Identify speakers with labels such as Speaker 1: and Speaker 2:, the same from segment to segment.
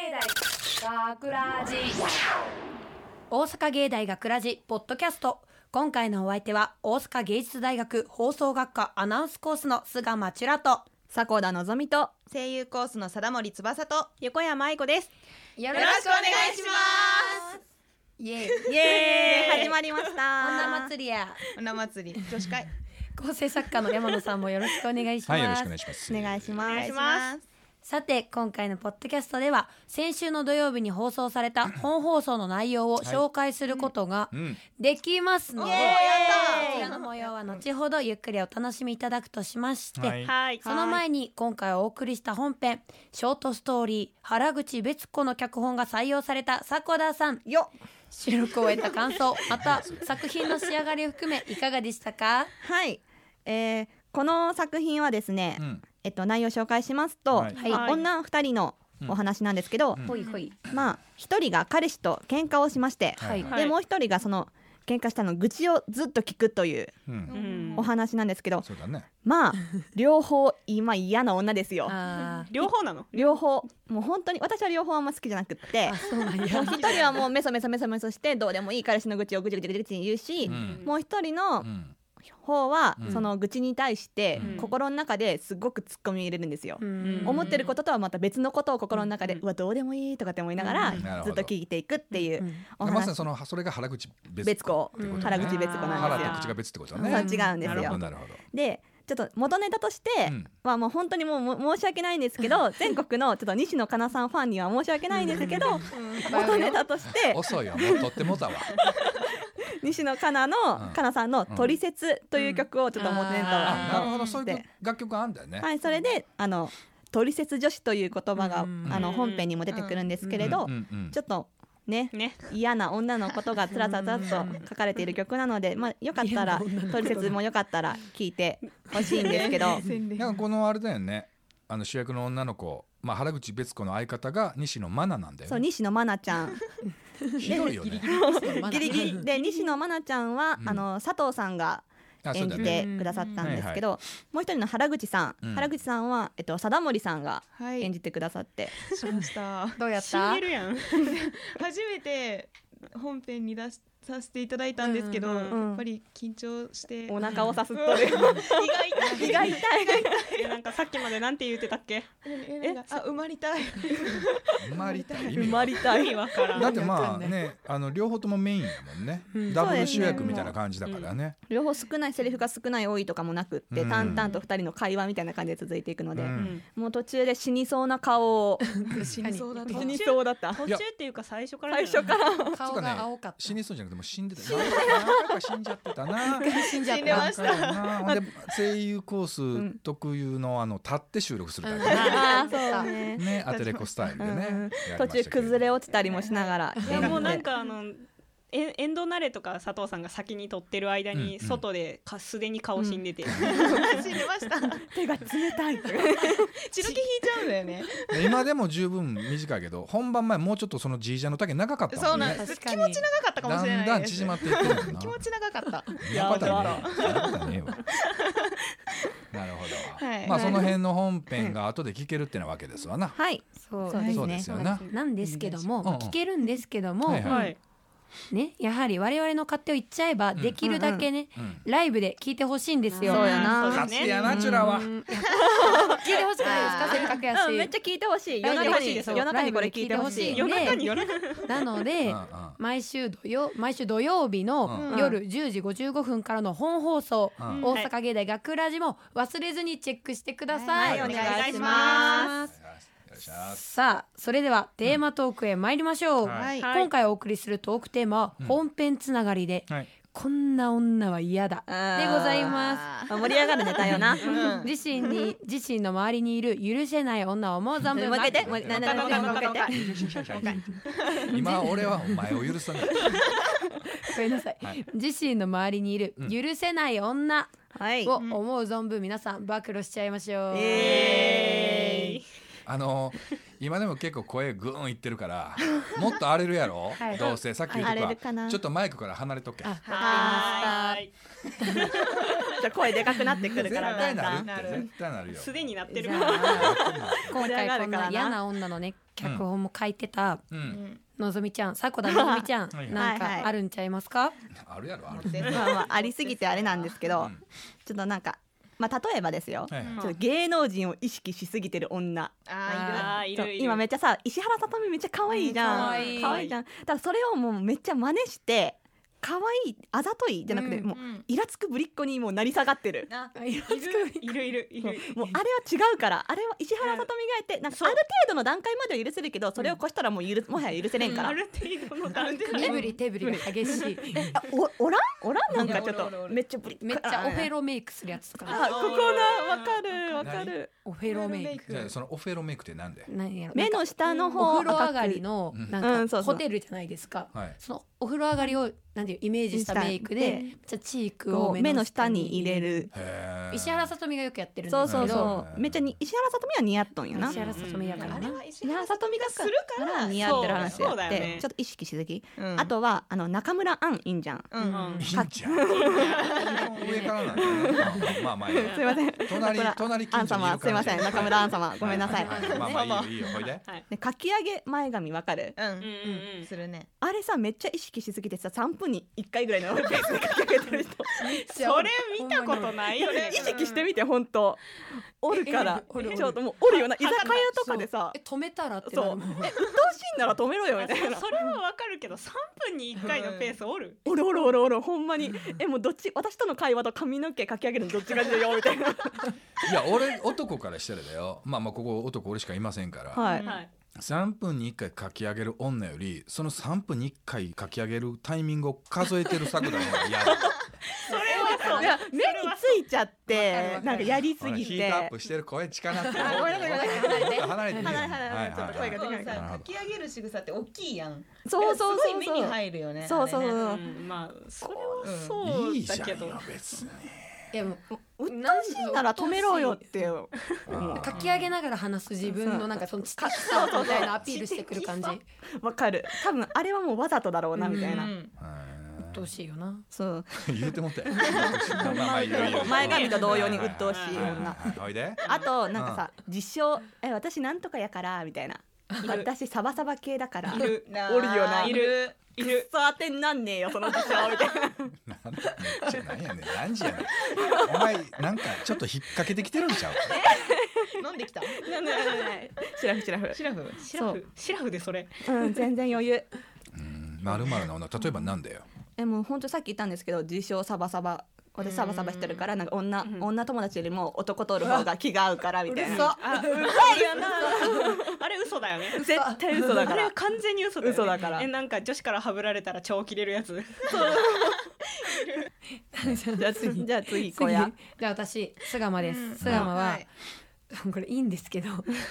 Speaker 1: 大学ラジ大阪芸大学ラジポッドキャスト今回のお相手は大阪芸術大学放送学科アナウンスコースの菅間千良と
Speaker 2: 迫田のぞみと声優コースの貞森翼と
Speaker 3: 横山愛子です
Speaker 2: よろしくお願いします
Speaker 1: イエーイ
Speaker 3: イエーイ始まりま した
Speaker 1: 女祭りや
Speaker 2: 女祭り女子会
Speaker 1: 構成作家の山野さんもよろしくお願いします、
Speaker 4: はい、よろしくお願いします。
Speaker 3: お願いし
Speaker 2: お
Speaker 3: ま
Speaker 2: 願い
Speaker 3: す
Speaker 2: します
Speaker 1: さて今回のポッドキャストでは先週の土曜日に放送された本放送の内容を紹介することが
Speaker 4: うん、
Speaker 1: できますので、
Speaker 2: おーやった
Speaker 1: こちらの模様は後ほどゆっくりお楽しみいただくとしまして、
Speaker 4: はい、
Speaker 3: はい
Speaker 1: その前に今回お送りした本編ショートストーリー原口別子の脚本が採用された迫田さん
Speaker 2: よ
Speaker 1: 収録を終えた感 想また作品の仕上がりを含めいかがでしたか
Speaker 3: はい、えー、この作品はですね、
Speaker 4: うん、
Speaker 3: えっと内容紹介しますと、
Speaker 4: はい
Speaker 1: はい
Speaker 3: まあ女二人のお話なんですけど、
Speaker 4: うん
Speaker 1: ほいほい
Speaker 3: まあ一人が彼氏と喧嘩をしまして、
Speaker 1: はい
Speaker 3: でもう一人がその喧嘩したの愚痴をずっと聞くという
Speaker 4: うん、
Speaker 3: うお話なんですけど、
Speaker 4: そうだね。
Speaker 3: まあ両方今嫌な女ですよ
Speaker 1: あ
Speaker 5: 両方なの
Speaker 3: 両方もう本当に私は両方あんま好きじゃなくって
Speaker 1: ーあそうなんや
Speaker 3: もう一人はもうメソメソメソメソしてどうでもいい彼氏の愚痴をぐちぐちぐちぐち言うし、
Speaker 4: うん、
Speaker 3: もう一人の
Speaker 4: うん、
Speaker 3: 方は、
Speaker 4: うん
Speaker 3: その愚痴に対して、
Speaker 4: うん
Speaker 3: 心の中ですごく突っ込み入れるんですよ、
Speaker 1: うん
Speaker 3: 思ってることとはまた別のことを心の中で、う
Speaker 5: うん
Speaker 3: わどうでもいいとかって思いながら、
Speaker 1: うん
Speaker 4: なるほ
Speaker 3: ずっ
Speaker 4: ど
Speaker 3: と聞いていくっていう
Speaker 1: うん
Speaker 4: まさ
Speaker 3: お
Speaker 4: に
Speaker 3: 話、
Speaker 4: その、それが原口別
Speaker 3: 別子
Speaker 4: ってことね
Speaker 3: 原口別子なんです
Speaker 4: 腹
Speaker 3: よ
Speaker 4: と口が別ってこと
Speaker 3: そう
Speaker 4: だね。
Speaker 3: 違うんです
Speaker 4: なるほど、
Speaker 3: よ
Speaker 4: なるほど。
Speaker 3: でちょっと元ネタとして、
Speaker 4: うん
Speaker 3: まあもう本当にもうも申し訳ないんですけ ど全国のちょっと西野カナさんファンには申し訳ないんですけど 元ネタと して
Speaker 4: 遅いよ、もうとってもだ わ。
Speaker 3: 西野カナの
Speaker 4: うん
Speaker 3: カナさんの「トリセツ」という曲をちょっと元ネ
Speaker 4: あな
Speaker 3: タ
Speaker 4: る
Speaker 3: を
Speaker 4: ほど、そういう楽曲があんだよね。
Speaker 3: はいそれであの「トリセツ女子」という言葉があ
Speaker 1: うん
Speaker 3: の本編にも出てくるんですけれど
Speaker 4: うんうんうん
Speaker 3: ちょっとね
Speaker 5: ね
Speaker 3: 嫌な女のことがつらつらつらっと書かれている曲なのでまあよかったら「トリセツ」もよかったら聴いてほしいんです けど
Speaker 4: なんかこのあれだよね、あの主役の女の子、まあ原口別子の相方が西野真奈なんだ
Speaker 3: そう
Speaker 4: よね。
Speaker 3: 西野真奈ちゃん
Speaker 4: ひどい よね。
Speaker 3: ギリギ リで西野真奈ちゃんは、
Speaker 4: うん
Speaker 3: あの佐藤さんが
Speaker 4: あ、そう
Speaker 3: 演
Speaker 4: だ
Speaker 3: じ
Speaker 4: ね。
Speaker 3: てくださったんですけど、もう一人の原口さん、
Speaker 4: うん
Speaker 3: 原口さんは、えっと、貞森さんが
Speaker 2: は
Speaker 3: 演
Speaker 2: い
Speaker 3: じてくださって、
Speaker 2: しま した
Speaker 1: どうやった
Speaker 2: 死んでるやん 初めて本編に出しさせていただいたんですけど
Speaker 5: うん
Speaker 2: や
Speaker 3: うんうん
Speaker 2: っぱり緊張して
Speaker 3: お
Speaker 2: う
Speaker 3: 腹をさすっ
Speaker 2: ん
Speaker 3: とる
Speaker 2: 胃
Speaker 3: 胃
Speaker 2: が
Speaker 3: が
Speaker 2: 痛い
Speaker 3: 痛い
Speaker 5: えなんかさっきまでなんて言ってたっけ
Speaker 2: えなんかあ埋まりたい
Speaker 4: 生まれたい。
Speaker 3: 埋まりた
Speaker 5: 意
Speaker 3: い
Speaker 5: 味わからん
Speaker 4: だってまあね、あの両方ともメインやもんね
Speaker 1: うん。
Speaker 4: ダブル主役みたいな感じだからね。
Speaker 3: 両方少ないセリフが少ない多いとかもなくって、
Speaker 4: うん
Speaker 3: 淡々と二人の会話みたいな感じで続いていくので、
Speaker 4: う
Speaker 5: うんん
Speaker 3: もう途中で死にそうな顔を
Speaker 2: 死にそうだと
Speaker 3: 死
Speaker 5: 確かに
Speaker 3: にそうだった
Speaker 5: 途中っていうか最初から
Speaker 3: 最 初から
Speaker 1: 顔
Speaker 4: つうかね
Speaker 1: が青かった
Speaker 4: 死にそうじゃなくてもう死んでた。何回か死んじゃってたな。
Speaker 1: 死んじゃった
Speaker 2: 死んでました
Speaker 4: なほんで声優コース特有のあの立って収録するからね。
Speaker 3: あーそうね
Speaker 4: ね、アテレコスタイルでね
Speaker 3: うんうん。
Speaker 4: やりまし
Speaker 3: 途
Speaker 4: たけど
Speaker 3: 中崩れ落ちたりもしながら
Speaker 5: いやもうなんかあのえエンド慣れとか佐藤さんが先に撮ってる間
Speaker 4: うんうん
Speaker 5: に外でかすでに顔死んでて、
Speaker 2: 死んでました
Speaker 3: 手が冷たい
Speaker 2: 血の気引いちゃうんだよね
Speaker 4: で今でも十分短いけど、本番前もうちょっとそのジージャーの丈長かったもね。
Speaker 2: そうなんです
Speaker 1: 確か
Speaker 2: 気
Speaker 1: に
Speaker 2: 持ち長かったかもしれ
Speaker 4: だ
Speaker 2: なん
Speaker 4: だ
Speaker 2: い
Speaker 4: ん
Speaker 2: です
Speaker 4: 縮まっていってるもん な。
Speaker 2: 気持ち長かった
Speaker 4: そんなことはねえ。そんなことはねえわ。なるほど。
Speaker 2: はい
Speaker 4: まあその辺の本編が後で聞けるってなわけですわな。
Speaker 3: はい
Speaker 1: そう
Speaker 3: そうですね
Speaker 4: そうですよな。
Speaker 1: なんですけども、
Speaker 4: うんうん
Speaker 1: 聞けるんですけども、
Speaker 4: はい
Speaker 5: はい
Speaker 1: ねやはり我々の勝手を言っちゃえば
Speaker 4: ん
Speaker 1: できるだけね、
Speaker 4: うん
Speaker 1: ライブで聞いてほしいんですよ。
Speaker 3: そうやな
Speaker 5: そう
Speaker 4: 勝
Speaker 5: です
Speaker 4: 手や
Speaker 5: ね
Speaker 4: な、チュラは。
Speaker 1: 聞いてほしくないですかせっかくや
Speaker 3: うんめっ
Speaker 1: し
Speaker 3: ちゃ聞いてほしい
Speaker 1: ラ
Speaker 3: 夜
Speaker 1: イブで
Speaker 3: 中
Speaker 1: 聞い
Speaker 3: に
Speaker 1: てそう
Speaker 3: 夜中にこれ聞いてほしい
Speaker 1: ライブで聞いてほしい
Speaker 5: 夜中に夜中に
Speaker 1: なの
Speaker 4: うん
Speaker 1: で
Speaker 4: うん
Speaker 1: 毎週土曜毎週土曜日
Speaker 4: う
Speaker 1: の
Speaker 4: ん
Speaker 1: 夜10時55分からの本放送、
Speaker 4: うん
Speaker 1: 大阪芸大学ラジも忘れずにチェックしてください、
Speaker 3: はい
Speaker 2: お願いし
Speaker 3: ま
Speaker 4: お願いします。
Speaker 1: さあそれではテーマトークへ参りましょう、
Speaker 4: うんはい
Speaker 1: 今回お送りするトークテーマは
Speaker 4: うん
Speaker 1: 本編つながりで、
Speaker 4: はい。
Speaker 1: こんな女は嫌だでございます
Speaker 3: す盛り上がるネタよな
Speaker 2: うん
Speaker 1: 自身 に自身の周りにいる許せない女を思う存分
Speaker 3: もう一回言ってもう一回もう一回もう一回言って
Speaker 4: 今俺はお前を許さない。
Speaker 1: ごめんなさい、
Speaker 4: はい
Speaker 1: 自身の周りにいる
Speaker 4: うん
Speaker 1: 許せない女
Speaker 3: はい
Speaker 1: を思う存分皆さん暴露しちゃいましょう、
Speaker 3: え
Speaker 4: あの今でも結構声グーンいってるから、もっと荒れるやろ
Speaker 1: はい。
Speaker 4: どうせさっき言っ
Speaker 3: 荒れ
Speaker 4: て
Speaker 3: る
Speaker 4: た
Speaker 3: かな
Speaker 4: ちょっとマイクから離れとけ。
Speaker 1: あ
Speaker 3: は
Speaker 5: はい
Speaker 3: ちょっと声でかくなってくる
Speaker 4: 絶
Speaker 3: からだ
Speaker 4: 対
Speaker 3: ん
Speaker 4: な
Speaker 3: だ
Speaker 4: るっ
Speaker 3: ん
Speaker 4: て絶対なるよ。
Speaker 5: すでになって
Speaker 1: じ
Speaker 5: る
Speaker 1: ゃ
Speaker 5: から
Speaker 1: あ今回こんな
Speaker 3: 盛り上がるからな
Speaker 1: 嫌な女のね脚本も書いてた
Speaker 4: う
Speaker 2: うん
Speaker 4: ん、
Speaker 1: のぞみちゃん迫田のぞみちゃ
Speaker 4: はいはい
Speaker 1: んなん
Speaker 3: はいはい
Speaker 1: かあるんちゃいますか
Speaker 4: あるやろある、
Speaker 3: でまあまあありすぎてあれなんですけ
Speaker 4: う
Speaker 3: ど、
Speaker 4: ん
Speaker 3: ちょっとなんかまあ例えばですよ、
Speaker 4: はいはい
Speaker 3: ちょっと芸能人を意識しすぎてる女
Speaker 2: あ
Speaker 5: あーいるいる
Speaker 3: 今めっちゃさ石原さとみめっちゃ可愛いじゃん、
Speaker 1: うん可愛い
Speaker 3: 可愛いじゃんだからそれをもうめっちゃ真似して可愛いあざといじゃなくて、
Speaker 1: うん
Speaker 3: も
Speaker 2: ー
Speaker 3: う
Speaker 2: いるうん
Speaker 3: イラつくぶりっ子にもう成り下がってる
Speaker 2: あ
Speaker 1: いる
Speaker 5: いるいるいる
Speaker 3: もうあれは違うからあれは石原さとみがいてなんかある程度の段階までは許せるけどそれを越したらもう許もはや許せねえから、
Speaker 5: ある程度の段階
Speaker 1: 手振り手振りが激しい
Speaker 3: あおおらんおらんなんかちょっ
Speaker 2: おるおるお
Speaker 3: と
Speaker 2: る
Speaker 3: めっちゃぶり
Speaker 1: めっちゃオフェ
Speaker 3: ロ
Speaker 1: ロメイクするやつとか
Speaker 3: あここなわかるわかる
Speaker 1: オフェロメイク
Speaker 4: じゃあそのオフェロメイクってなんで、
Speaker 1: 何やろ
Speaker 3: 目の下の方
Speaker 1: お風呂上がりの
Speaker 4: うん
Speaker 1: な
Speaker 3: うんんそ
Speaker 1: か
Speaker 3: うそう
Speaker 1: ホテルじゃないですか、
Speaker 4: はい、
Speaker 1: そのお風呂上がりをなんていうイメージしたメイク
Speaker 3: した
Speaker 1: で
Speaker 3: で
Speaker 1: めっちゃチー
Speaker 3: 赤
Speaker 1: ク
Speaker 3: く
Speaker 1: を
Speaker 3: を目の下に入れ
Speaker 1: る
Speaker 3: る
Speaker 4: へー
Speaker 1: 石原さとみがよくやってるん
Speaker 3: そ
Speaker 1: で
Speaker 3: う
Speaker 1: すけど
Speaker 3: そうそ
Speaker 4: うん
Speaker 3: うめっちゃに石原さとみは似合っとんよな
Speaker 1: 石原さとみやから
Speaker 2: あ
Speaker 1: な
Speaker 2: れは石
Speaker 3: 石原さとみが
Speaker 2: するから
Speaker 3: 似合ってる話で
Speaker 5: そうだよね
Speaker 3: ちょっと意識しすぎ、
Speaker 2: うん
Speaker 3: あとはあの中村アンいいんじゃん
Speaker 2: うん
Speaker 5: うん
Speaker 4: いいん じゃん上からなんだねまあまあま あいいや
Speaker 3: すいません
Speaker 4: 隣隣
Speaker 3: ア
Speaker 4: 近
Speaker 3: ン
Speaker 4: 所にい
Speaker 3: 様
Speaker 4: る
Speaker 3: すい
Speaker 4: 感
Speaker 3: ま
Speaker 4: じ
Speaker 3: せん中村アン様ごめんなさい、
Speaker 4: はははまあまあいいよいいよほいで
Speaker 5: はい
Speaker 3: でかき上げ前髪わかる
Speaker 2: う
Speaker 5: うん
Speaker 2: ん
Speaker 5: うんうん
Speaker 2: するね
Speaker 3: あれさめっちゃ意識しすぎてさ3分に1回ぐらいのペースでかき上げてる人
Speaker 5: それ見たことないよね
Speaker 3: 意識してみてほんとおるから
Speaker 1: おるおる
Speaker 3: ちょっともうおるような居酒屋とかでさ
Speaker 1: え止めたらってな
Speaker 3: そ
Speaker 1: る
Speaker 3: う
Speaker 1: もん
Speaker 3: え鬱陶しいんなら止めろよみたいな
Speaker 5: あそそれはわかるけど3分に1回のペースおる
Speaker 3: おるおるおるおるほんまにえもうどっち私との会話と髪の毛かき上げるのどっちが重要みたいな
Speaker 4: いや俺男からしたらだよまあまあここ男俺しかいませんから、
Speaker 3: はい、
Speaker 5: はい
Speaker 4: 3分に1回書き上げる女よりその3分に1回書き上げるタイミングを数えてる作田の方が嫌だ
Speaker 5: それはそう
Speaker 3: いや目についちゃっ
Speaker 2: わかるわか
Speaker 3: て
Speaker 2: る
Speaker 3: なんかやりす
Speaker 4: ほら
Speaker 3: ぎ
Speaker 4: ヒートアッ
Speaker 3: て
Speaker 4: プしてる声近なって
Speaker 3: あ ごめんなさいごめんなさい
Speaker 4: もっと離れていいよ
Speaker 3: 離れ離れ
Speaker 4: はいはい
Speaker 3: ちょっと声が
Speaker 2: そう
Speaker 3: でかい
Speaker 4: なる
Speaker 2: さ
Speaker 4: ほど
Speaker 2: かき上げる仕草って大きいやん
Speaker 3: そうそう
Speaker 2: す
Speaker 3: そ
Speaker 2: ご
Speaker 3: う
Speaker 2: い目に
Speaker 3: そう
Speaker 2: 入るよね
Speaker 3: そうそう
Speaker 2: あれね
Speaker 3: そう
Speaker 5: うんまあそれはそ
Speaker 4: いいうじゃ
Speaker 5: だけ
Speaker 4: ん
Speaker 5: ど
Speaker 4: よ別に
Speaker 1: いやもう
Speaker 3: 鬱陶しいなら止めろよっていう
Speaker 4: あ
Speaker 1: かき上げながら話す自分のなんかその知的さみたいなアピールしてくる感じ
Speaker 3: 知
Speaker 1: う
Speaker 3: わかる多分あれはもうわざとだろうなみたいな、
Speaker 2: うん
Speaker 1: っとうしいよな
Speaker 3: そう
Speaker 4: へー 言うてもってまあまあいいよいいよ
Speaker 3: 前髪と同様に鬱陶しい
Speaker 4: はいはい
Speaker 3: 女
Speaker 4: はいおいで
Speaker 3: あとなんかさ自称「え私なんとかやから」みたいな「私サバサバ系だから」
Speaker 2: いるなあ
Speaker 3: おるよない
Speaker 2: る
Speaker 3: いるそう当てになんねえよその自称みたいな
Speaker 4: なんだめっちゃなんやねん何時やねんお前なんかちょっと引っ掛けてきてるんちゃう
Speaker 2: 飲んできた
Speaker 3: なんだなんだなんだシラフシラフ
Speaker 2: シラフ
Speaker 5: シラフシラフでそれ
Speaker 3: うん全然余裕
Speaker 4: まるまるな女例えばなんだよ
Speaker 3: えもう本当さっき言ったんですけど自称サバサバ私サバサバしてるからなんか女
Speaker 5: ん
Speaker 3: 女友達よりも男とおる方が気が合うからみたいな
Speaker 5: あうるよなあれ嘘だよね
Speaker 3: 絶対嘘だ
Speaker 5: あ
Speaker 3: か
Speaker 5: れは
Speaker 3: ら
Speaker 5: 完全に嘘だよね
Speaker 3: 嘘だから
Speaker 5: えなんか女子からはぶられたら超切れるやつ
Speaker 3: じゃあ次じゃあ次小
Speaker 1: 次じ
Speaker 3: 屋
Speaker 1: ゃあ私巣鴨です、
Speaker 2: うん
Speaker 1: 巣鴨は、
Speaker 2: はい
Speaker 1: これいいんです けど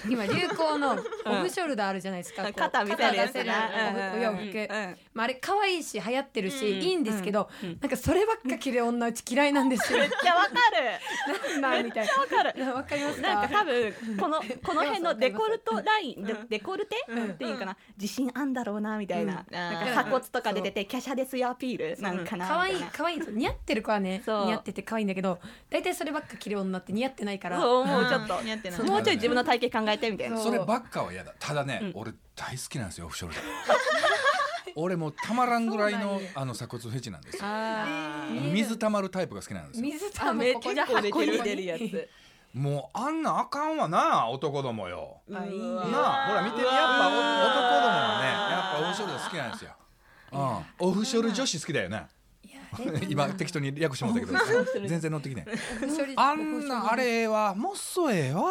Speaker 1: 今流行のオフショルダーあるじゃないですか、こう
Speaker 3: 肩見てるやつ
Speaker 1: 肩出
Speaker 3: な
Speaker 1: せるお洋服、
Speaker 3: うん
Speaker 1: まあ、あれ可愛いし流行ってるし、
Speaker 5: うん
Speaker 1: いいんですけど、なんかそればっか着る女うち嫌いなんですよ
Speaker 3: めっちゃわかる
Speaker 1: なんなんみたいな
Speaker 3: わかる
Speaker 1: わかりますか
Speaker 3: なんか多分このこの辺のデコルトラインでデコルテっていうかな自信あんだろうなみたいな
Speaker 2: うん
Speaker 3: なんか鎖骨とか出てて華奢ですよアピールなんかな
Speaker 1: 可愛い
Speaker 3: みた
Speaker 1: 可愛いんですよ似合ってる子はね似
Speaker 3: そう
Speaker 1: 合ってて可愛いんだけど大体そればっか着る女って似合ってないか
Speaker 3: な
Speaker 1: ら
Speaker 3: そう思うちょっ
Speaker 2: うん似合ってない
Speaker 3: ともうちょい自分の体型考えてみたいな
Speaker 1: そう
Speaker 4: そればっかは嫌だただね、俺大好きなんですよオフショルダー俺もうたまらんぐらい
Speaker 1: そう
Speaker 4: の
Speaker 1: なんや
Speaker 4: あの鎖骨フェチなんですよ
Speaker 1: あー
Speaker 4: 水たまるタイプが好きなんですよ
Speaker 1: 水たま
Speaker 3: めっ
Speaker 1: ここ
Speaker 3: ちゃ
Speaker 1: ここ
Speaker 3: 箱
Speaker 1: に
Speaker 3: に出るやつ
Speaker 4: もうあんなあかんわな男どもよ
Speaker 2: うわ
Speaker 1: いいね
Speaker 4: な
Speaker 1: う
Speaker 4: あほら見てるやっぱお男どもはねやっぱオフショルダー好きなんですよ、うん、オフショル女子好きだよね今適当に略してもらったけど全然乗ってきてん
Speaker 1: 処理
Speaker 4: あんなあれはもっそええわ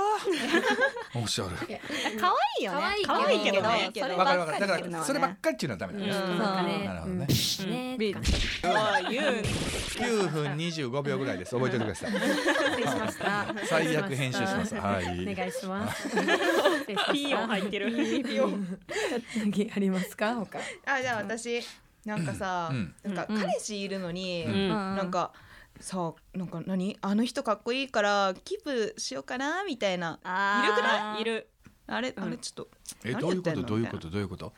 Speaker 4: オフショル
Speaker 3: 可愛いよね
Speaker 1: 可
Speaker 5: 愛いけど
Speaker 3: 可愛い
Speaker 4: わかるわ
Speaker 3: そ
Speaker 4: かる
Speaker 3: ればっか
Speaker 4: だか
Speaker 3: り着る
Speaker 4: ら
Speaker 3: のはね
Speaker 4: そればっかりっていうのはダメだ
Speaker 2: ん
Speaker 4: ね
Speaker 1: なんかね
Speaker 4: なるほど
Speaker 1: うん
Speaker 4: ね
Speaker 1: ね
Speaker 3: ビール失
Speaker 5: 言う
Speaker 4: 9分25秒ぐらいです覚えておいてください
Speaker 1: 礼しま した
Speaker 4: 最悪編集しますは
Speaker 1: お
Speaker 4: い
Speaker 1: 願いします
Speaker 5: ピーヨン入ってるピヨン
Speaker 1: 次ありますか他
Speaker 2: あじゃあ私なんかさ、
Speaker 4: うん
Speaker 2: なんか
Speaker 3: うん
Speaker 2: 彼氏いるのに、
Speaker 4: うん
Speaker 5: うん
Speaker 2: なんかさなんか何あの人かっこいいからキープしようかなみたいな
Speaker 3: あ
Speaker 2: い
Speaker 3: ー
Speaker 2: るくない
Speaker 5: いる
Speaker 2: あれ、
Speaker 5: うん
Speaker 2: あれちょっと
Speaker 4: え
Speaker 2: 何
Speaker 4: どう
Speaker 2: や
Speaker 4: いうこ
Speaker 2: って
Speaker 4: と
Speaker 2: んの
Speaker 4: どういうことどういうこと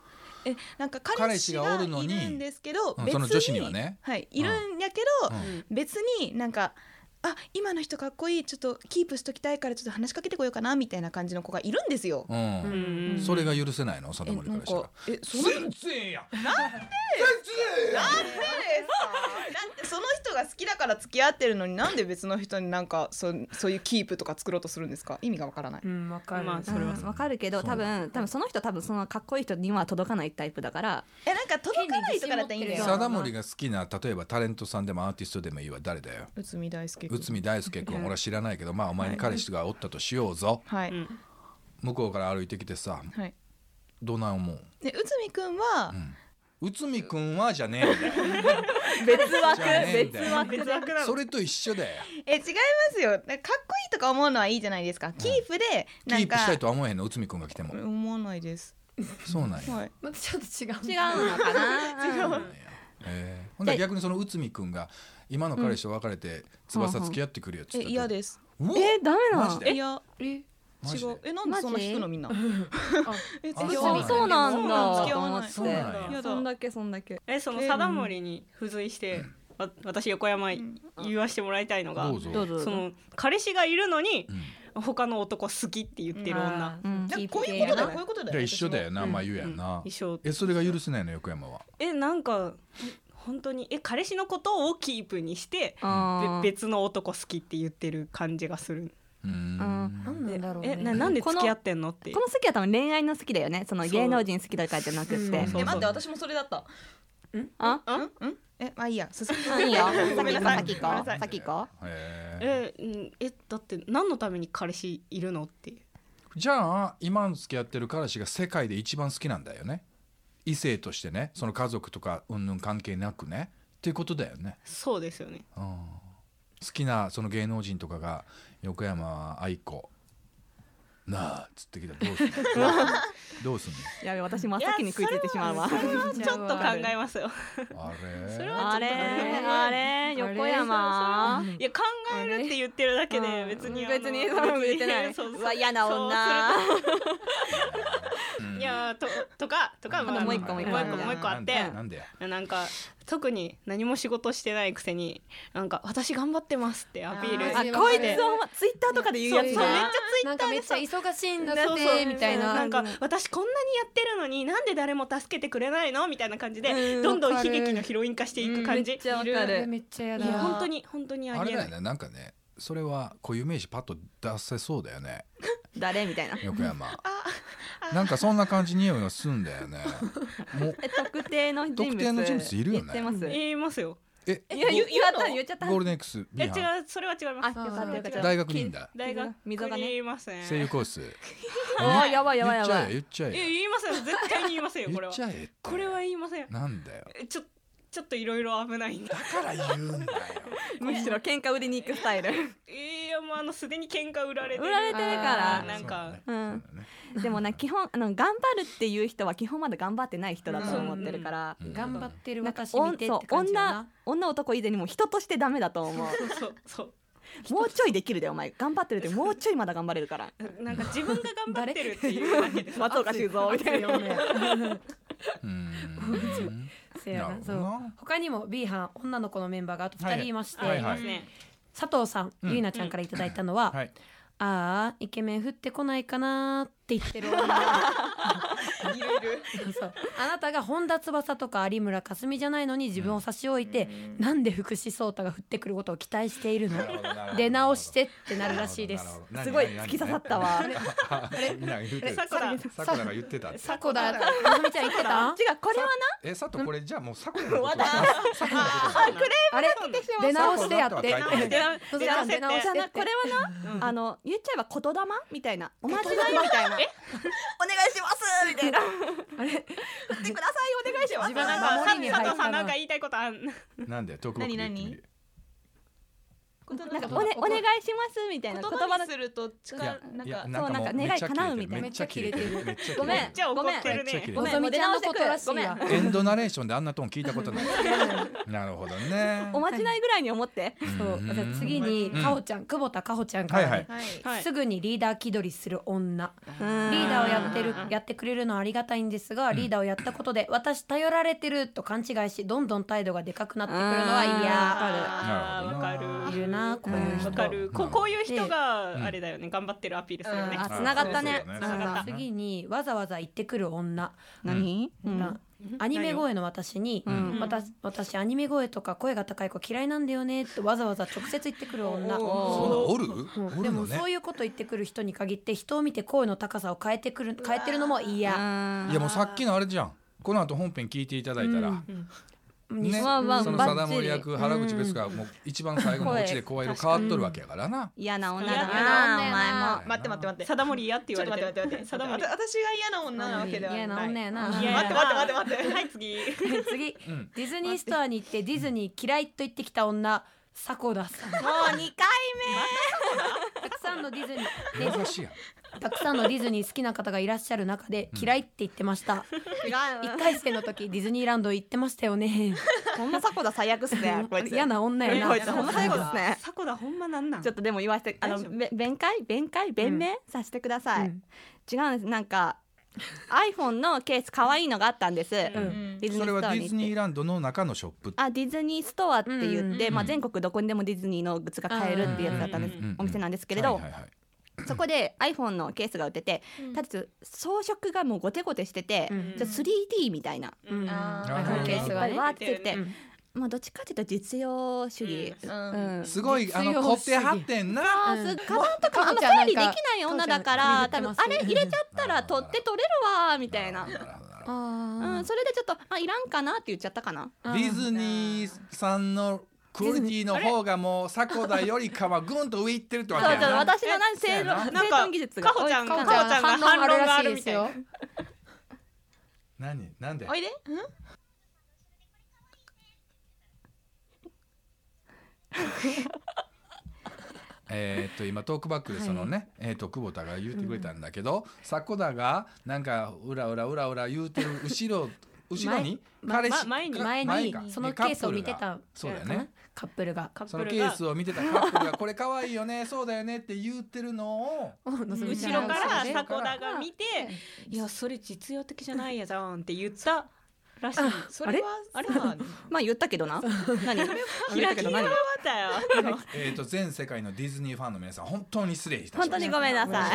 Speaker 2: えなんか彼氏が
Speaker 4: 彼氏がお
Speaker 2: い
Speaker 4: るのに
Speaker 2: るんですけど
Speaker 4: うん
Speaker 2: 別に
Speaker 4: その女子にはね
Speaker 2: はいいるんやけど、
Speaker 4: うん
Speaker 2: 別になんかあ今の人かっこいいちょっとキープしときたいからちょっと話しかけてこようかなみたいな感じの子がいるんですよ。
Speaker 4: うん
Speaker 5: うんうん
Speaker 4: それが許せないの貞
Speaker 2: え
Speaker 4: 森
Speaker 2: な
Speaker 4: か
Speaker 2: ん
Speaker 4: らしたら
Speaker 2: かえその
Speaker 4: 全然やなんで全然や
Speaker 2: なんでですかだってその人が好きだから付き合ってるのになんで別の人になんかそそういうキープとか作ろうとするんですか意味がわからない。
Speaker 1: うん、わかる。
Speaker 5: まあそれは
Speaker 3: うんわかるけど
Speaker 4: そう
Speaker 3: 多分多分その人多分そのかっこいい人には届かないタイプだから
Speaker 2: えなんか届かないとかだったらいいんだ
Speaker 1: や
Speaker 2: よ。
Speaker 4: 貞森が好きな例えばタレントさんでもアーティストでもいいわ誰だよ
Speaker 2: 内海大輔君。
Speaker 4: 内海大輔君俺は知らないけどまあお前に彼氏がおったとしようぞ
Speaker 2: はい、
Speaker 5: うん
Speaker 4: 向こうから歩いてきてさ
Speaker 2: はい。
Speaker 4: どない思う
Speaker 2: で内海君は、
Speaker 4: 内海君はじゃねえんだよ
Speaker 3: 別
Speaker 4: じ
Speaker 3: 枠
Speaker 4: ゃあね
Speaker 3: 別枠
Speaker 5: 別枠なの
Speaker 4: それと一緒だよ
Speaker 2: え違いますよ。なんかかっこいいとか思うのはいいじゃないですか。キープで
Speaker 4: キ
Speaker 2: なん
Speaker 4: ープ
Speaker 2: か
Speaker 4: したいとは思えへんの内海君が来ても
Speaker 2: 思わないです。
Speaker 4: そうなんや
Speaker 2: はい。
Speaker 1: またちょっと違う。
Speaker 3: 違うのか な
Speaker 4: そうなんやへえほんで逆にその内海君が今の彼氏と別れて翼付き合ってくるよっつ
Speaker 2: え
Speaker 4: って
Speaker 2: 嫌です。
Speaker 4: うお
Speaker 3: えダメな
Speaker 4: マジ
Speaker 3: の
Speaker 4: で
Speaker 2: いや
Speaker 1: え、
Speaker 4: マ
Speaker 2: 違
Speaker 4: ジ
Speaker 2: う
Speaker 4: で
Speaker 2: えなんでそんな
Speaker 3: マジ
Speaker 2: 引くのみ んなえ
Speaker 4: あ
Speaker 2: 違
Speaker 4: そうなんだ
Speaker 3: そうなんだ
Speaker 2: 付き
Speaker 3: と
Speaker 2: 合わ
Speaker 3: 思
Speaker 2: ない
Speaker 3: って
Speaker 4: そうなん
Speaker 5: や
Speaker 3: そんだけそんだけ
Speaker 5: えその貞森に付随して、わ私横山言わしてもらいたいのが、
Speaker 4: どうぞ
Speaker 3: どうぞ
Speaker 5: その彼氏がいるのに
Speaker 4: うん
Speaker 5: 他の男好きって言ってる女、
Speaker 3: う
Speaker 2: な
Speaker 3: ん
Speaker 2: んかこういうことだよこういうことだ
Speaker 4: じ
Speaker 2: よ
Speaker 4: ゃあ一緒だよな
Speaker 5: うん
Speaker 4: まあ言うやんな
Speaker 5: うん一緒
Speaker 4: えそれが許せないの横山は
Speaker 5: えなんか本当にえ彼氏のことをキープにして
Speaker 3: あー
Speaker 5: べ別の男好きって言ってる感じがする
Speaker 4: うー
Speaker 1: なんんなんだろうね。
Speaker 5: えななんで付き合ってんのって
Speaker 3: この好きは多分恋愛の好きだよねその芸能人好きだからじゃなく
Speaker 1: そうう
Speaker 3: て
Speaker 1: ん
Speaker 2: え待って私もそれだった
Speaker 3: あ
Speaker 2: んんえまあいいや進む
Speaker 3: いいよ
Speaker 5: ごめんなさい
Speaker 3: 先行こう先行こう
Speaker 4: へえ
Speaker 5: えうんえだって何のために彼氏いるのって
Speaker 4: じゃあ今の付き合ってる彼氏が世界で一番好きなんだよね異性としてねその家族とかうんぬん関係なくねっていうことだよね
Speaker 5: そうですよね
Speaker 4: うん好きなその芸能人とかが横山愛子なあっつってきたらどうすんのどうすん
Speaker 3: やべ私真っ先に食いついてしまうわ
Speaker 5: ちょっと考えますよ
Speaker 4: のあれ
Speaker 5: それは
Speaker 3: あれあれ横山
Speaker 5: いや考えるって言ってるだけで別にあの
Speaker 3: 別にそれも言ってない
Speaker 5: そう
Speaker 3: うわ嫌な女
Speaker 5: そういやととかとか
Speaker 3: と
Speaker 5: まあ
Speaker 3: もう一個もう一個
Speaker 5: もう一個もう一個あって
Speaker 4: なんでなんでや
Speaker 5: なんか特に何も仕事してないくせになんか私頑張ってますってアピール
Speaker 1: あ
Speaker 3: あ
Speaker 1: ー
Speaker 5: して
Speaker 3: こいつをツイッターとかで言うやつ
Speaker 5: そうめっち
Speaker 3: だ
Speaker 5: ゃツイ
Speaker 1: な
Speaker 5: ッ
Speaker 1: んか
Speaker 5: ター
Speaker 1: め
Speaker 5: で
Speaker 1: っちゃ
Speaker 5: さ
Speaker 1: 忙しいんだっ
Speaker 5: そうそう
Speaker 1: てみたいな。
Speaker 5: んか私こんなにやってるのになんで誰も助けてくれないのみたいな感じでどんどん悲劇のヒロイン化していく感じ
Speaker 3: めっちゃわか
Speaker 1: え
Speaker 3: る
Speaker 1: めっちゃや
Speaker 5: い
Speaker 1: だ。
Speaker 5: や本当。に本当にあ
Speaker 4: あ
Speaker 5: り
Speaker 4: れ
Speaker 5: え
Speaker 4: だ
Speaker 5: な
Speaker 4: よ
Speaker 5: い
Speaker 4: ねなんかねそれは固有名詞パッと出せそうだよね
Speaker 3: 誰みたいな
Speaker 4: 横山なんかそんな感じ匂いがすんだよねもう
Speaker 3: え特定の人物
Speaker 4: 特定の人物いるよね
Speaker 3: 言ってます
Speaker 5: 言いますよ
Speaker 4: え
Speaker 3: いや言言った言っちゃった
Speaker 4: ゴールデン X
Speaker 5: え違
Speaker 4: B
Speaker 5: う
Speaker 4: 班
Speaker 5: それは違い
Speaker 3: あ
Speaker 5: ま
Speaker 3: よ
Speaker 5: す
Speaker 3: かったよかった
Speaker 4: 大学にいいんだ
Speaker 5: 大学に
Speaker 3: 溝がね
Speaker 5: 言いますね
Speaker 4: 声優コース
Speaker 3: あーやばいやば
Speaker 4: 言っ
Speaker 3: いや
Speaker 4: ち
Speaker 3: ば
Speaker 4: ゃえ
Speaker 3: い
Speaker 4: 言っちゃ
Speaker 5: い
Speaker 4: え
Speaker 5: や言いません絶対に言いませんよこ
Speaker 4: 言
Speaker 5: れ
Speaker 4: っ
Speaker 5: は
Speaker 4: ちゃえって
Speaker 5: これは言いません
Speaker 4: なんだよ
Speaker 5: えちょちょっといろいろ危ないんだ
Speaker 4: だから言うんだよ
Speaker 3: むしろ喧嘩売りに行くスタイル
Speaker 5: いやもうあのすでに喧嘩売られて
Speaker 3: 売られてるから
Speaker 5: あーなん
Speaker 4: そう
Speaker 5: か
Speaker 4: だねそうだね
Speaker 3: でもな基本あの頑張るっていう人は基本まだ頑張ってない人だと思ってるから、
Speaker 4: うん
Speaker 1: 頑張ってる
Speaker 3: なんか
Speaker 1: 私
Speaker 3: おん
Speaker 1: 見てっ
Speaker 3: そう
Speaker 1: て感じだ
Speaker 3: 女
Speaker 1: な。
Speaker 3: 女男以前にもう人としてダメだと思う
Speaker 5: そうそうそう
Speaker 3: もうちょいできるだよお前頑張ってるってもうちょいまだ頑張れるから
Speaker 5: なんか自分が頑張ってるっていうだけで
Speaker 3: 松岡修造みたいな
Speaker 4: うーん
Speaker 1: せや
Speaker 4: なる
Speaker 1: な
Speaker 4: ほ
Speaker 1: そ
Speaker 4: どな
Speaker 1: う他にも B 班女の子のメンバーがあと
Speaker 4: は
Speaker 1: 2
Speaker 4: い
Speaker 1: 人いまして、
Speaker 4: はいはい
Speaker 5: ますね
Speaker 1: 佐藤さん、
Speaker 4: うん
Speaker 1: ゆいなちゃんからいただいたのは、
Speaker 4: はい
Speaker 1: ああイケメン降ってこないかなーって言ってる女そうあなたが本田翼とか有村架純じゃないのに自分を差し置いて、なんで福士蒼汰が降ってくることを期待しているの 出直してってなるらしいです
Speaker 3: すごい突き刺さっ たわ違う
Speaker 4: みんな言ってる
Speaker 5: さくら
Speaker 4: さくらが言ってた
Speaker 1: さこだまなみちゃん言ってた
Speaker 3: これは
Speaker 4: え佐藤これじゃあもうさく らのことさくらのことだな
Speaker 1: あれ出直してやって
Speaker 4: 出直して
Speaker 5: やって
Speaker 1: そうそうそう出直し
Speaker 3: なじゃあ
Speaker 1: て
Speaker 3: な
Speaker 1: って
Speaker 3: これはな、あの言っちゃえば言霊みたいなおまじないみたいな お願いしますみたいな
Speaker 1: あれ
Speaker 3: 振ってくださいお願いします
Speaker 1: 自分
Speaker 5: なんか
Speaker 1: 守りに入った
Speaker 5: 佐藤さんなんか言いたいことあん
Speaker 4: なんでトークバックで言ってみる
Speaker 3: なんかお,、ね、お願いしますみたいな言
Speaker 2: 言
Speaker 3: 葉
Speaker 2: 葉
Speaker 3: の
Speaker 2: にすると
Speaker 4: いや
Speaker 2: 力なん
Speaker 4: いや
Speaker 2: か
Speaker 4: なんかもうめっちゃ切れてるめ
Speaker 1: め
Speaker 4: っ
Speaker 1: っ
Speaker 4: ち
Speaker 1: ちゃ切れてる
Speaker 4: ゃ切れてるめっちゃ切れてる
Speaker 3: ごめん
Speaker 5: じゃあ怒
Speaker 3: ごめん
Speaker 5: ってる
Speaker 4: めっちゃ切れて
Speaker 5: ね
Speaker 4: る
Speaker 1: 細道のことらしいや
Speaker 3: ご
Speaker 4: エンドナレーションであんなトーン聞いたことないなるほどね
Speaker 3: おまじないぐらいに思って
Speaker 1: そう
Speaker 4: うん
Speaker 1: じゃあ次に
Speaker 4: うん
Speaker 1: かおちゃん久保田かほちゃんからね、
Speaker 4: はいはい
Speaker 2: はい
Speaker 5: はい
Speaker 1: すぐにリーダー気取りする女
Speaker 3: リ
Speaker 1: リー
Speaker 3: ー
Speaker 1: ダーをやってるやってくれるのはありがたいんですがリーダーをやったことで私頼られてると勘違いしどんどん態度がでかくなってくるのは
Speaker 3: うん
Speaker 1: 嫌
Speaker 5: あーわ
Speaker 4: なるほどな
Speaker 5: か
Speaker 1: い
Speaker 5: る
Speaker 1: るななこういう人
Speaker 5: わかるこうこういう人
Speaker 4: うん
Speaker 5: があれだよね頑張ってるアピールするよね
Speaker 2: うん
Speaker 1: あつながった
Speaker 4: あ
Speaker 1: ね
Speaker 4: そうだね
Speaker 1: つながった
Speaker 4: つながった
Speaker 1: 次にわざわざ行ってくる女
Speaker 3: 何うん
Speaker 1: がアニメ声の私に「
Speaker 3: ん
Speaker 1: 私私アニメ声とか声が高い子嫌いなんだよね」ってわざわざ直接言ってくる女
Speaker 4: そんなんおるお
Speaker 1: で
Speaker 4: る
Speaker 1: も
Speaker 4: のね
Speaker 1: そういうこと言ってくる人に限って人を見て声の高さを変えてくる変えてるのも嫌
Speaker 3: あー
Speaker 4: いやもうさっきのあれじゃんこの後本編聞いていただいたら、ね、
Speaker 1: に
Speaker 4: そ
Speaker 1: まあまあ
Speaker 4: の
Speaker 1: バッチ
Speaker 4: 貞森役原口ベスがもう一番最後のうちで声色変わっとるわけやからな。
Speaker 3: 嫌な女
Speaker 5: 嫌
Speaker 3: だ
Speaker 5: な
Speaker 3: な
Speaker 1: 女やな
Speaker 3: お前も
Speaker 2: 待って待って待って。
Speaker 5: 貞森嫌って
Speaker 2: ち
Speaker 5: 言
Speaker 2: ょっ
Speaker 5: わ
Speaker 2: と
Speaker 5: れて
Speaker 2: 待
Speaker 5: る
Speaker 2: って待って待って。
Speaker 5: 貞森
Speaker 2: わた私が嫌な女なわけではない。
Speaker 1: 嫌な女やな
Speaker 5: 嫌
Speaker 2: 待って待って待って待って。
Speaker 5: はい次
Speaker 1: 次
Speaker 4: うん
Speaker 1: ディズニーストアに行ってディズニー嫌いと言ってきた女迫田さん
Speaker 3: もう二回
Speaker 1: たくさんのディズニー
Speaker 4: 珍しいやん。
Speaker 1: たくさんのディズニー好きな方がいらっしゃる中で嫌いって言ってました
Speaker 3: 目
Speaker 1: 一回生の時ディズニーランド行ってましたよね
Speaker 3: こんな迫田最悪っすねこいつ
Speaker 1: 嫌な女やな
Speaker 3: こいつほんま最後ですね
Speaker 5: 迫田ほんまなんなん
Speaker 3: ちょっとでも言わせてあのべ弁解弁解弁明させてください、
Speaker 1: うん
Speaker 3: 違うんですなんか iPhone のケース可愛いのがあったんです、
Speaker 5: うん
Speaker 3: ディズ
Speaker 4: そ
Speaker 3: ニー
Speaker 4: れは
Speaker 3: ス
Speaker 4: デ
Speaker 3: トアに
Speaker 4: ィズニー
Speaker 3: 行って
Speaker 4: ランドの中のショップ。
Speaker 3: あディズニーストアって言って、
Speaker 1: うん
Speaker 3: まあ、全国どこにでもディズニーのグッズが買えるっていうやつだったんです、
Speaker 4: うんうんうん
Speaker 3: お店なんですけれど、
Speaker 4: はいはいはい
Speaker 3: そこで iPhone のケースが売ってて、
Speaker 2: うん
Speaker 3: ただ装飾がもうゴテゴテしてて、
Speaker 1: うん
Speaker 3: ちょっと 3D みたいな、
Speaker 5: うん
Speaker 2: あ
Speaker 4: ー
Speaker 1: あのケースがね
Speaker 3: わーってきて、
Speaker 5: う
Speaker 3: まあ、どっちかっていうと実用主義、
Speaker 2: う
Speaker 3: うん
Speaker 2: ん。
Speaker 4: すごいあの
Speaker 1: 実用
Speaker 4: 凝
Speaker 1: 主義
Speaker 4: ってはってんな。
Speaker 3: あ
Speaker 1: うん
Speaker 3: ーすカバンとかあんま整理できない女だから多分あれ入れちゃったら取って取れるわーみたい
Speaker 4: な
Speaker 3: な、
Speaker 4: るほどなるほ
Speaker 3: う
Speaker 1: あ
Speaker 3: ん、それでちょっとあいらんかなって言っちゃったかな
Speaker 4: どディズニーさんのクオリティの方がもう迫田よりかはぐんと上行ってるって
Speaker 3: そ
Speaker 4: わ
Speaker 3: う
Speaker 4: け
Speaker 3: そ
Speaker 4: や
Speaker 3: う
Speaker 4: な。
Speaker 3: 私の何正論
Speaker 5: なん
Speaker 3: 正
Speaker 5: か
Speaker 3: 論技術が
Speaker 5: かほちゃん
Speaker 3: 追いつ
Speaker 5: か
Speaker 3: か
Speaker 5: ほ
Speaker 3: ない
Speaker 5: ちゃんが反論があるみたいな
Speaker 4: 何なんで
Speaker 2: おいで。
Speaker 4: えーっと今トークバックでそのね、えーっと久保田が言ってくれたんだけど、迫田がなんかうらうらうらうら言うてる後 ろ後ろに
Speaker 1: 前
Speaker 4: 彼氏
Speaker 5: ま前に
Speaker 4: か
Speaker 1: 前に
Speaker 4: か
Speaker 1: その
Speaker 4: でカップ
Speaker 1: ケースを
Speaker 4: ル
Speaker 1: 見て
Speaker 4: が
Speaker 1: た
Speaker 4: そうだよ
Speaker 1: かな
Speaker 4: ね
Speaker 1: カップルが
Speaker 5: カッ
Speaker 4: その
Speaker 5: プル
Speaker 4: ケー
Speaker 5: が
Speaker 4: スを見てたカップルがこれ可愛いよねそうだよねって言ってるの を
Speaker 5: 後
Speaker 1: 後
Speaker 5: ろから
Speaker 4: うん
Speaker 5: 迫田が見て「いやそれ実用的じゃないやじゃん」って言ったらし い
Speaker 2: それは
Speaker 5: あれ
Speaker 2: さ、
Speaker 3: まあ言ったけどな何
Speaker 5: キラキラだよ
Speaker 4: えーっと全世界のディズニーファンの皆さん本当に失礼いたしまし
Speaker 3: 本
Speaker 4: た
Speaker 3: 当にごめんなさ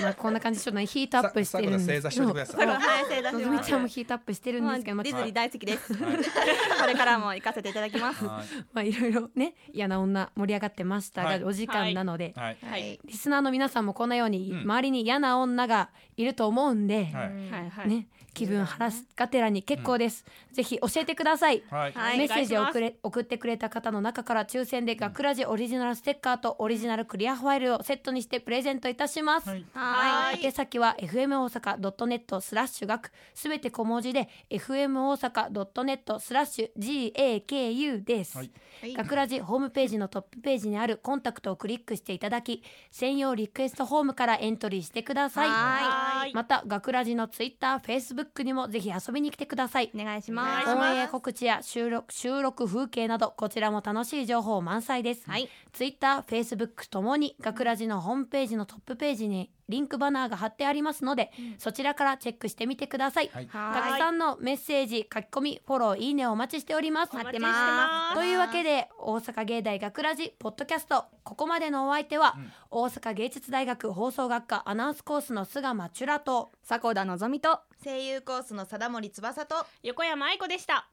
Speaker 1: まあこんな感じでちょっとねヒートアップしてるんです
Speaker 4: さ迫田正座しといてくださ
Speaker 1: そ
Speaker 4: い
Speaker 1: う
Speaker 3: 反省出し
Speaker 1: のぞみ
Speaker 3: ま
Speaker 1: ち
Speaker 3: す
Speaker 1: ゃんもヒートアップしてるんで
Speaker 3: まあ
Speaker 1: す
Speaker 3: デ
Speaker 1: けどま
Speaker 3: ィ
Speaker 1: た
Speaker 3: ズニー大好 きですこれからも行かせていただきますは
Speaker 4: はい
Speaker 1: まあいろいろね嫌な女盛り上がってましたが、
Speaker 4: はい
Speaker 1: お時間なので、
Speaker 4: はい
Speaker 5: はい
Speaker 1: リスナーの皆さんもこのように
Speaker 4: うん
Speaker 1: 周りに嫌な女がいると思うんで、
Speaker 4: はい
Speaker 5: はいはい
Speaker 1: ね、気分晴らすがてらに結構です、ぜひ教えてください、
Speaker 4: はい
Speaker 5: はい
Speaker 1: メッセージ
Speaker 5: お
Speaker 1: を
Speaker 5: 願いします
Speaker 1: 送れ送ってくれた方の中から抽選でガクラジオリジナルステッカーとオリジナルクリアファイルをセットにしてプレゼントいたします、
Speaker 4: はい
Speaker 3: ーい
Speaker 5: はい
Speaker 1: 宛先は fm 大阪 .net スラッシュ学すべて小文字で fm 大阪 .net スラッシュ GAKU です、
Speaker 4: はい
Speaker 1: 学ラジホームページのトップページにあるコンタクトをクリックしていただき専用リクエストフォームからエントリーしてください
Speaker 5: はい
Speaker 1: また学ラジのツイッターフェイスブックにもぜひ遊びに来てください
Speaker 3: お願いし
Speaker 5: お願
Speaker 3: ま
Speaker 5: い
Speaker 3: す
Speaker 5: し
Speaker 1: オ
Speaker 5: ま
Speaker 1: ンエア告知や収録収録風景などこちらも楽しい情報満載です、
Speaker 3: はい
Speaker 1: ツイッター、フェイスブックともに学ラジのホームページのトップページにリンクバナーが貼ってありますので、そちらからチェックしてみてください、
Speaker 4: はい
Speaker 1: たくさんのメッセージ書き込みフォローいいねをお待ちしております
Speaker 3: 待って
Speaker 5: お
Speaker 3: ま
Speaker 5: 待ちしてます
Speaker 1: というわけで大阪芸大学ラジポッドキャストここまでのお相手は、大阪芸術大学放送学科アナウンスコースの菅間チュラと
Speaker 3: す迫田のぞみと
Speaker 2: 声優コースの貞森翼と。
Speaker 5: 横山愛子でした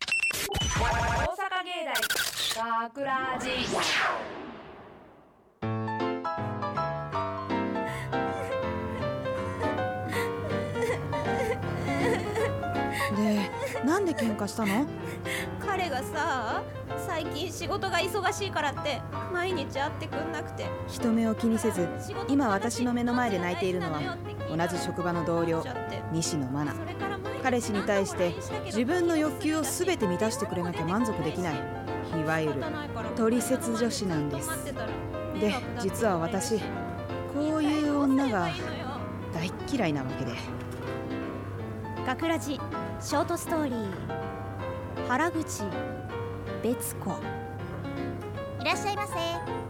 Speaker 1: 大阪芸大学ラジ
Speaker 6: ねえなんで喧嘩したの
Speaker 3: 彼がさ最近仕事が忙しいからって毎日会ってくんなくて
Speaker 6: 人目を気にせず今私の目の前で泣いているのは同じ職場の同僚西野真奈彼氏に対して自分の欲求を全て満たしてくれなきゃ満足できないいわゆる取説女子なんですで実は私こういう女が大っ嫌いなわけで
Speaker 7: 学ラジショートストーリー原口別子いらっしゃいませ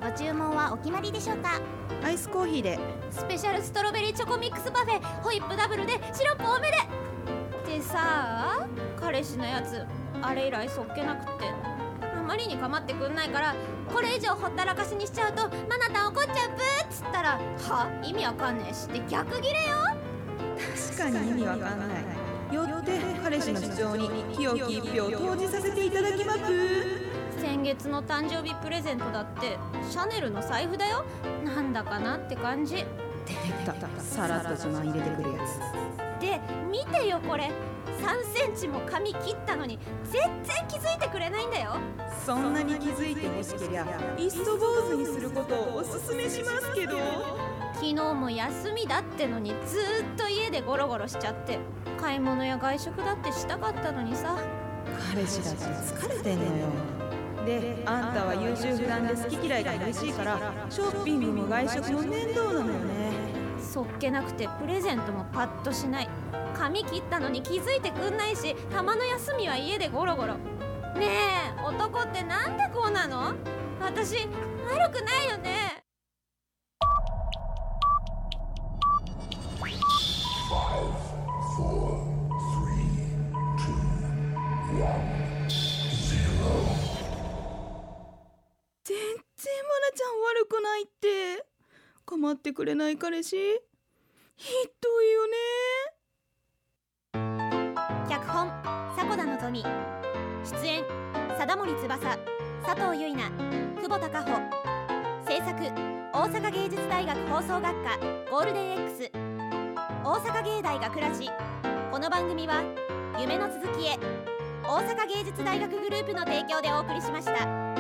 Speaker 7: ご注文はお決まりでしょうか
Speaker 6: アイスコーヒーで
Speaker 7: スペシャルストロベリーチョコミックスパフェホイップダブルでシロップ多めでってさ彼氏のやつあれ以来そっけなくってあ
Speaker 1: んまりに構ってくんないからこれ以上ほったらかしにしちゃうとマナタン怒っちゃうブーっつったらは意味わかんねえしって逆ギレよ
Speaker 6: 確かに意味わかんないよって彼氏の主張に清き一票を投じさせていただきます
Speaker 1: 先月の誕生日プレゼントだってシャネルの財布だよなんだかなって感じ
Speaker 6: たさらっと自慢入れてくるやつ
Speaker 1: で見てよこれ3センチも髪切ったのに全然気づいてくれないんだよ
Speaker 6: そんなに気づいてほしけりゃいっそ坊主にすることをおすすめしますけど
Speaker 1: 昨日も休みだってのにずーっと家でゴロゴロしちゃって買い物や外食だってしたかったのにさ
Speaker 6: 彼氏だって疲れてんのよであんたは優柔不断で好き嫌いが激しいからショッピングも外食も面倒なのよね
Speaker 1: そっけなくてプレゼントもパッとしない髪切ったのに気づいてくんないしたまの休みは家でゴロゴロねえ男ってなんでこうなの私悪くないよね
Speaker 6: 全然マナちゃん悪くないって構ってくれない彼氏ひどいよね
Speaker 1: 脚本迫田望出演貞森翼佐藤結菜久保孝穂制作大阪芸術大学放送学科ゴールデン X 大阪芸大学ラジこの番組は夢の続きへ大阪芸術大学グループの提供でお送りしました。